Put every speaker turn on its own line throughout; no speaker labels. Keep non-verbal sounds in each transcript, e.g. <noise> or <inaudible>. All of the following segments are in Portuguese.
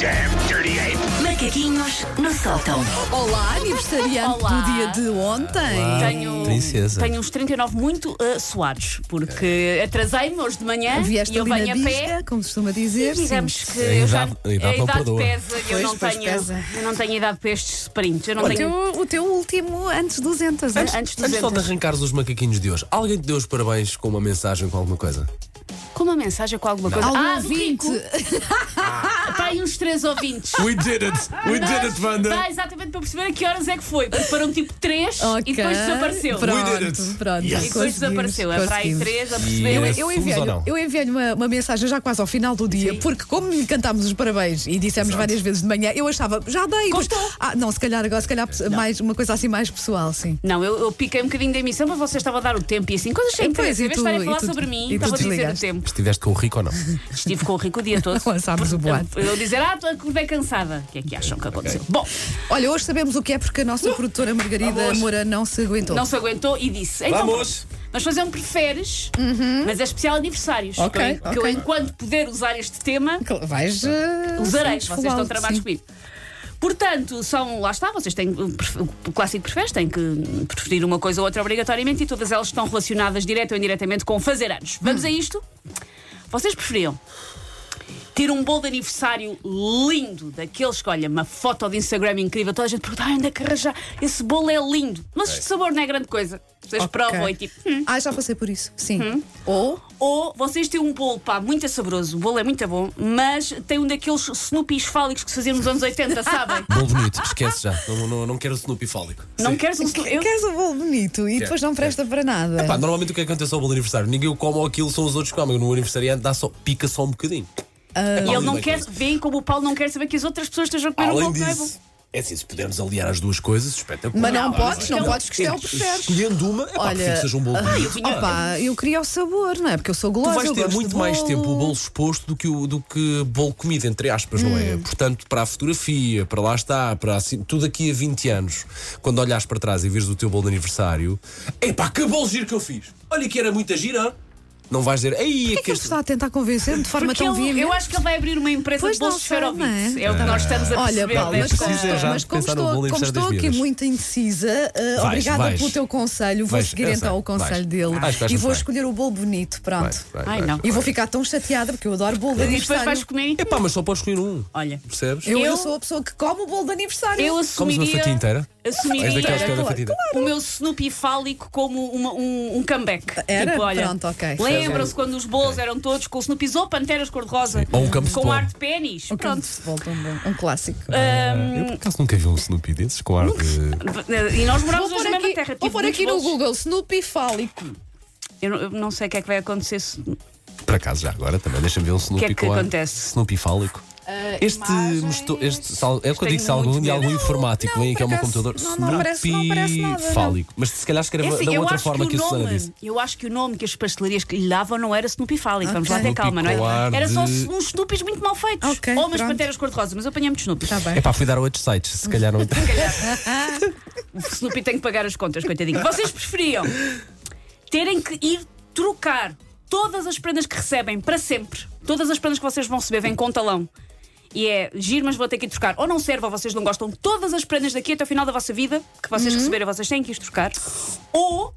damn dirty ape!
Macaquinhos no sótão.
Olá, aniversariante
Olá.
do dia de ontem.
Tenho,
Princesa.
tenho uns 39 muito uh, suados, porque atrasei-me hoje de manhã
Vieste
e eu
ali
venho
na
a
bisca,
pé.
como se costuma dizer.
Digamos que
A
eu já,
idade- a idade não perdoa.
pesa, eu
Pois,
não,
pois
tenho,
pesa.
eu não tenho idade para estes sprints. Eu não
O
tenho.
teu, o teu último antes dos 200,
Antes-
é?
antes dos
Antes só de
200.
arrancares os macaquinhos de hoje, alguém te deu os parabéns com uma mensagem, com alguma coisa?
Com uma mensagem, com alguma coisa.
Algum
ah, do
ouvinte.
Kiko. Tem uns três ouvintes.
We did it! We did it,
Dá
Wanda!
exatamente para perceber a que horas é que foi. Porque foram tipo três
Ok.
e depois desapareceu.
We did
Pronto,
it.
pronto.
Yes.
E depois
conseguimos,
desapareceu. É para aí
conseguimos.
três a
E
perceber.
era
Eu
Fomos ou
enviei-lhe
não?
eu enviei-lhe uma, uma mensagem já quase ao final do dia,
Sim.
porque como lhe cantámos os parabéns e dissemos várias vezes de manhã, eu achava, já dei. mas-
Constou.
Ah, não, se calhar agora, se calhar mais, uma coisa assim mais pessoal, sim.
Não, eu, eu piquei um bocadinho da emissão, mas vocês estavam a dar o tempo e assim, coisas sem
E
interesse.
pois, e
Em vez de
tu-
estarem a
e
falar
tu-
sobre
e
mim,
tu
estavam a dizer o
desligaste.
tempo.
Estiveste com o rico ou não?
Estive com o Rico o dia todo.
<laughs> Lançámos o boato.
Eu dizer, ah, estou a curva cansada. O que é que acham que aconteceu? Bom,
Olha, hoje sabemos o que é porque a nossa produtora Margarida Moura não se aguentou.
Uh! não se aguentou e disse. Então,
Vamos!
Mas fazer um preferes, mas é especial aniversários.
Uhum. Ok,
que, eu- que eu,
ok.
enquanto puder usar este tema,
Vais. Uh,
usarei.
sim,
Vocês estão
desfolá-lo,
tramados
sim.
comigo. Portanto, são, lá está, vocês têm o pref- o clássico preferes, têm que preferir uma coisa ou outra obrigatoriamente e todas elas estão relacionadas direta ou indiretamente com fazer anos. Vamos a isto? Vocês preferiam ter um bolo de aniversário lindo, daqueles que, olha, uma foto de Instagram incrível, toda a gente pergunta, ai, onde é que arranjar? Esse bolo é lindo, mas o sabor não é grande coisa. Vocês
Ok.
provam e tipo,
Ah, já passei por isso. Sim. Ou.
Hum. ou vocês têm um bolo, pá, muito saboroso, o bolo é muito bom, mas tem um daqueles Snoopys fálicos que se faziam nos anos 80,
<laughs>
sabem?
Bom bonito, esquece já. Não, não, não quero o Snoopy fálico.
Não
Sim.
queres um Snoopy? Eu-
Queres um bolo bonito e depois não presta para nada.
Pá, normalmente o que acontece ao bolo de aniversário? Ninguém o come ou aquilo, são os outros que comem. No aniversariante dá só, pica só um bocadinho. É
E
pá,
ele não
bem
quer,
coisa.
veem como o Paulo não quer saber que as outras pessoas estejam a comer um
Além
bolo que não é bom.
disso, é assim, se pudermos aliar as duas coisas, espetacular.
Mas não
Não,
podes, não
não.
podes, que isto é o preferes.
Escolhendo uma, é pá,
Olha,
prefiro que seja um bolo bonito.
eu tinha-
Opa, eu queria o sabor, não é? Porque eu sou
Tu
gulosa,
vais
eu
ter
gosto
muito
de
mais
bolo.
tempo o bolo exposto do que, o, do que bolo comido, entre aspas, não
Hum.
é? Portanto, para a fotografia, para lá está, para assim, tudo aqui a 20 anos, quando olhares para trás e vires o teu bolo de aniversário, epá, que bolo giro que eu fiz! Olha que era muita gira! Não vais dizer, ei,
Porquê é que ele está a tentar convencer-me de forma
Porque
tão
ele-
viva?
eu acho que ele vai abrir uma empresa
Pois
de bolos
não
de
sei,
esferovite.
não é?
É o que nós estamos a
Olha,
perceber.
Paulo, mas
desta-
como,
preciso Ah. já
mas como
pensar no
estou,
bolo
como
aniversário
estou
das
aqui
miúdas.
muito indecisa, uh,
Vais,
obrigada
vais.
pelo teu conselho. Vou
Vais,
seguir
eu
então
sei,
o conselho
vais.
dele
Acho que vais
e vou
muito bem.
escolher o bolo bonito, pronto.
Ai, não.
E vou ficar tão chateada porque eu adoro bolo de
E depois
aniversário.
vais comer e.
Epá, mas só podes escolher um.
Olha.
Percebes?
Eu, eu
Eu-
sou a pessoa que come o bolo de aniversário.
Eu
Comes uma
assumiria.
fatia inteira?
hum,
assumiria-
És daquelas que era
claro,
fatia inteira.
o meu Snoopy fálico como uma- um, um comeback.
Era?
Tipo, olha,
Pronto, ok.
Lembram-se quando os bolos eram todos com Snoopys ou panteras cor-de-rosa?
É. Ou um campo de
Com
futebol.
ar de pênis?
Um campo
Pronto.
de futebol tão bom, um clássico.
Eu por acaso nunca vi um Snoopy desses com ar de.
E nós
Vou
moramos
pôr
hoje na
aqui,
mesma terra.
vou
Tive
pôr
muitos
aqui no
bolos.
Google Snoopy fálico.
Eu não, eu não sei o que é que vai acontecer. se-
Por acaso, já agora também, deixa-me ver um Snoopy
que é que
com ar-
acontece?
Snoopy fálico. este misto- este sal- é o que eu
Ah, Tenho
digo se algum
muito
de algum
medo.
informático
não,
vem aqui ao
por
meu
acaso,
computador
não, não parece- não parece nada, não.
fálico. Mas se calhar
É
escreva
assim,
da
eu
outra
acho
forma
que
que
o
a Susana
nome,
disse.
eu acho que o nome que as pastelarias que lhe davam não era Snoopy Fálico. Vamos lá
Ok.
ter calma, não
Snoopy com
é?
ar
Era só
de-
uns Snoopys muito mal feitos.
Ok,
Ou umas
pronto. Tá
panteras cor-de-rosa, mas eu apanhei muito Snoopy.
Está bem.
É pá, fui dar outros sites, se calhar não.
O Snoopy tem que pagar as contas, coitadinho. Vocês preferiam terem que ir trocar todas as prendas que recebem para sempre, todas as prendas que vocês vão receber, vêm com talão. E é giro, mas vou ter que ir trocar. Ou não serve, ou vocês não gostam. Todas as prendas daqui até o final da vossa vida, que vocês
Uhum.
receberem, vocês têm que ir trocar. Ou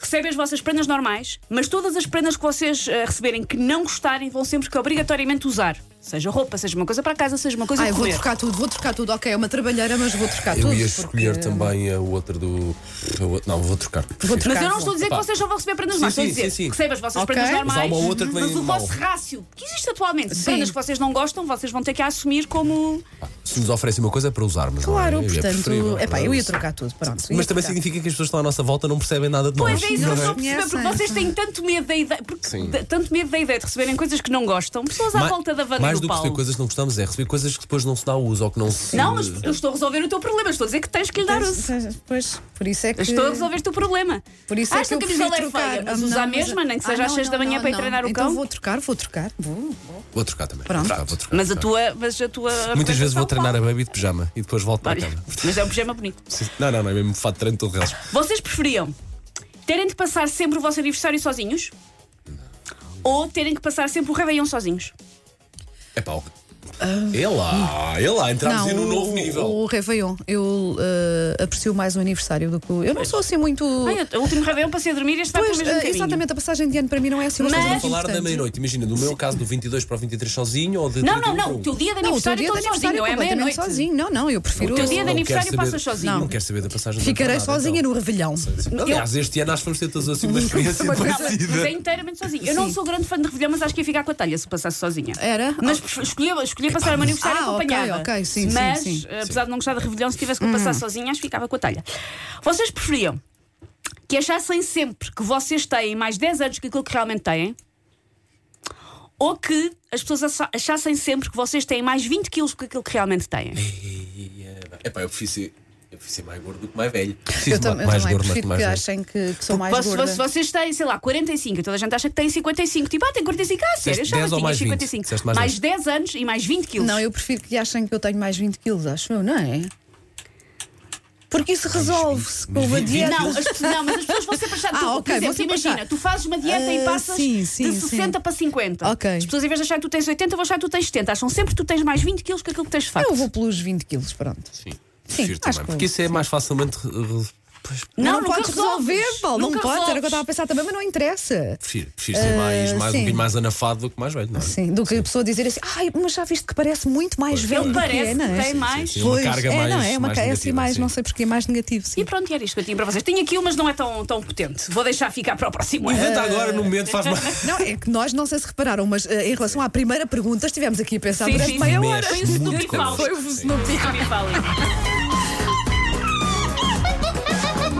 recebem as vossas prendas normais, mas todas as prendas que vocês eh, receberem que não gostarem vão sempre que obrigatoriamente usar. Seja roupa, seja uma coisa para casa, seja uma coisa
Ai,
para
vou
comer.
trocar tudo, vou trocar tudo. Ok, é uma trabalheira, mas vou trocar tudo.
Eu ia
porque-
escolher também a outra do. a outra- Não, vou trocar.
Vou
Prefiro.
trocar.
Mas eu não estou a dizer que
Epá.
vocês não vão receber prendas
Sim,
normais.
sim,
Estou a dizer
sim,
que
sim.
recebem as vossas
Ok.
prendas
Mas há
normais.
uma ou outra que vem
mas o
mal.
vosso rácio, que existe atualmente, de
Sim.
prendas que vocês não gostam, vocês vão ter que a assumir como.
Se nos oferecem uma coisa é para usarmos. não é?
Claro,
É
portanto,
preferível,
é pá, eu ia
claro.
trocar tudo, pronto.
Mas
ia
também
trocar.
significa que as pessoas que estão à nossa volta não percebem nada de nós.
Pois é, isso que eu estou a
Não é?
perceber, porque
Sim,
vocês
sim.
têm tanto medo da ideia. Porque,
Sim.
de- tanto medo da ideia de receberem coisas que não gostam. Pessoas à
Ma-
volta da Wanda
Mais
e do
do que
Paulo.
receber coisas que não gostamos é receber coisas que depois não se dá uso ou que não se.
Não, mas eu estou a resolver o teu problema. Estou a dizer que tens que lhe dar uso.
Pois, Pois, por isso é que.
Estou a resolver o teu problema.
Por isso
ah,
é que
esta
eu
camisola
prefiro
é feia,
trocar.
mas
Ah,
usa
não,
a mesma, nem que seja
Ah,
às
não,
6 da
não,
manhã
não,
para ir
não.
treinar o
então
cão.
vou trocar, vou trocar. Vou. vou.
Vou trocar também.
Pronto.
Vou trocar, vou trocar,
Mas a
vou trocar.
tua. Mas a tua
Muitas vezes vou
tá
argumentação,
treinar a
Paulo.
baby de pijama e depois volto para a cama.
Olha, Mas é um pijama bonito.
Não, não, não, é mesmo fato de treino todo reles.
Vocês preferiam terem de passar sempre o vosso aniversário sozinhos? Ou terem que passar sempre o Réveillon sozinhos?
É pau. É lá, é lá, entramos em um novo
Ah. o,
nível.
o Réveillon. Eu eh, aprecio mais o aniversário do que o. Eu não sou assim muito.
Ai, eu- o último Réveillon passei a dormir e este vai
Pois,
pelo mesmo
eh,
caminho.
exatamente, a passagem de ano para mim não é assim. uma
Mas-
coisa
Vamos falar da
importante.
meia-noite. Imagina, no meu caso, do 22 para o 23 sozinho ou de
Não, não,
31
não. O teu dia de
Não, o teu
aniversário
dia de
estou sozinho,
aniversário
não é
completamente
meia-noite.
sozinho. Não, não, eu prefiro.
O teu dia de
Não quero
aniversário
saber-
passas sozinho.
Não quero saber da passagem de ano para
Ficarei
nada,
sozinha
então.
no Revelhão.
Aliás, este ano acho que vamos ter todos assim uma experiência
Uma coisa-
Mas é
parecida.
inteiramente sozinho. Eu não sou grande fã de Reveillon, mas acho que ia ficar com a talha se passasse sozinha.
Era?
Mas pref- escolhi, escolhi passar o meu aniversário
Ah, ok,
acompanhada.
ok, sim, sim,
mas, eh,
sim. Uhum.
apesar de não gostar de Reveillon, se tivesse que eu passar sozinha, acho que ficava com a talha. Vocês preferiam que achassem sempre que vocês têm mais 10 anos que aquilo que realmente têm? Ou que as pessoas acha- achassem sempre que vocês têm mais 20 quilos que aquilo que realmente têm?
É pá, eu prefiro ser, eu prefiro ser mais gordo do que mais velho.
Eu,
Preciso
tam-
ma-
eu
mais
também
gordo,
prefiro
mais
que
velho.
achem que, que sou mais
Posso-
gorda.
se vocês têm, sei lá, 45 e toda a gente acha que tem 55, tipo, ah, tem 45, ah, sério, eu
Disseste
achava
10
que
ou
tinha
mais 20?
55.
Disseste mais
mais 10 anos e mais 20 quilos.
Não, eu prefiro que achem que eu tenho mais 20 quilos, acho eu, não é? Porque isso resolve-se com uma
20
dieta.
Não, as, pe- não, mas as pessoas vão sempre
<laughs>
achar.
Ah,
tu,
ok,
por exemplo,
vão sempre
imagina,
achar.
tu fazes uma dieta e
Ah,
passas
sim, sim,
de 60 para 50.
Ok.
As pessoas, em vez de achar que tu tens 80, vão achar que tu tens 70. Acham sempre que tu tens mais 20 quilos que aquilo que tens de facto.
Eu vou pelos 20 quilos, pronto.
Sim,
Sim,
prefiro
acho que-
também. Porque isso é mais facilmente. uh, pois,
Não,
nunca
podes resolver,
resolves.
Paulo, não
Nunca
podes. Era o que eu
resolves.
estava a pensar também, mas não interessa.
Prefiro, prefiro ser mais, mais, um
Eh, sim.
bocadinho mais anafado do que mais velho, não é?
Sim, do que a pessoa dizer assim, ai, mas já viste que parece muito mais velho
Ele
do que
parece
é, não
que
é?
tem mais.
sim. Tem uma
Pois,
carga
é, não,
mais-
é uma
mais
ca- é assim
negativa,
mais,
sim.
não sei porquê, mais negativo, sim.
E pronto, e era isto que eu tinha para vocês. Tenho aqui um, mas não é tão, tão potente. Vou deixar ficar para o próximo ano.
Eh,
Inventa agora, no momento, faz
<laughs>
mais.
Não, é que nós, não sei se repararam, mas eh, em relação à primeira pergunta, estivemos aqui a pensar
Sim,
durante
sim,
meia
sim.
hora.
Foi o
Mexe
Snoopy
muito com
Paulo.
isso.
um
Foi um o
Sim.
Snoopy Paulo.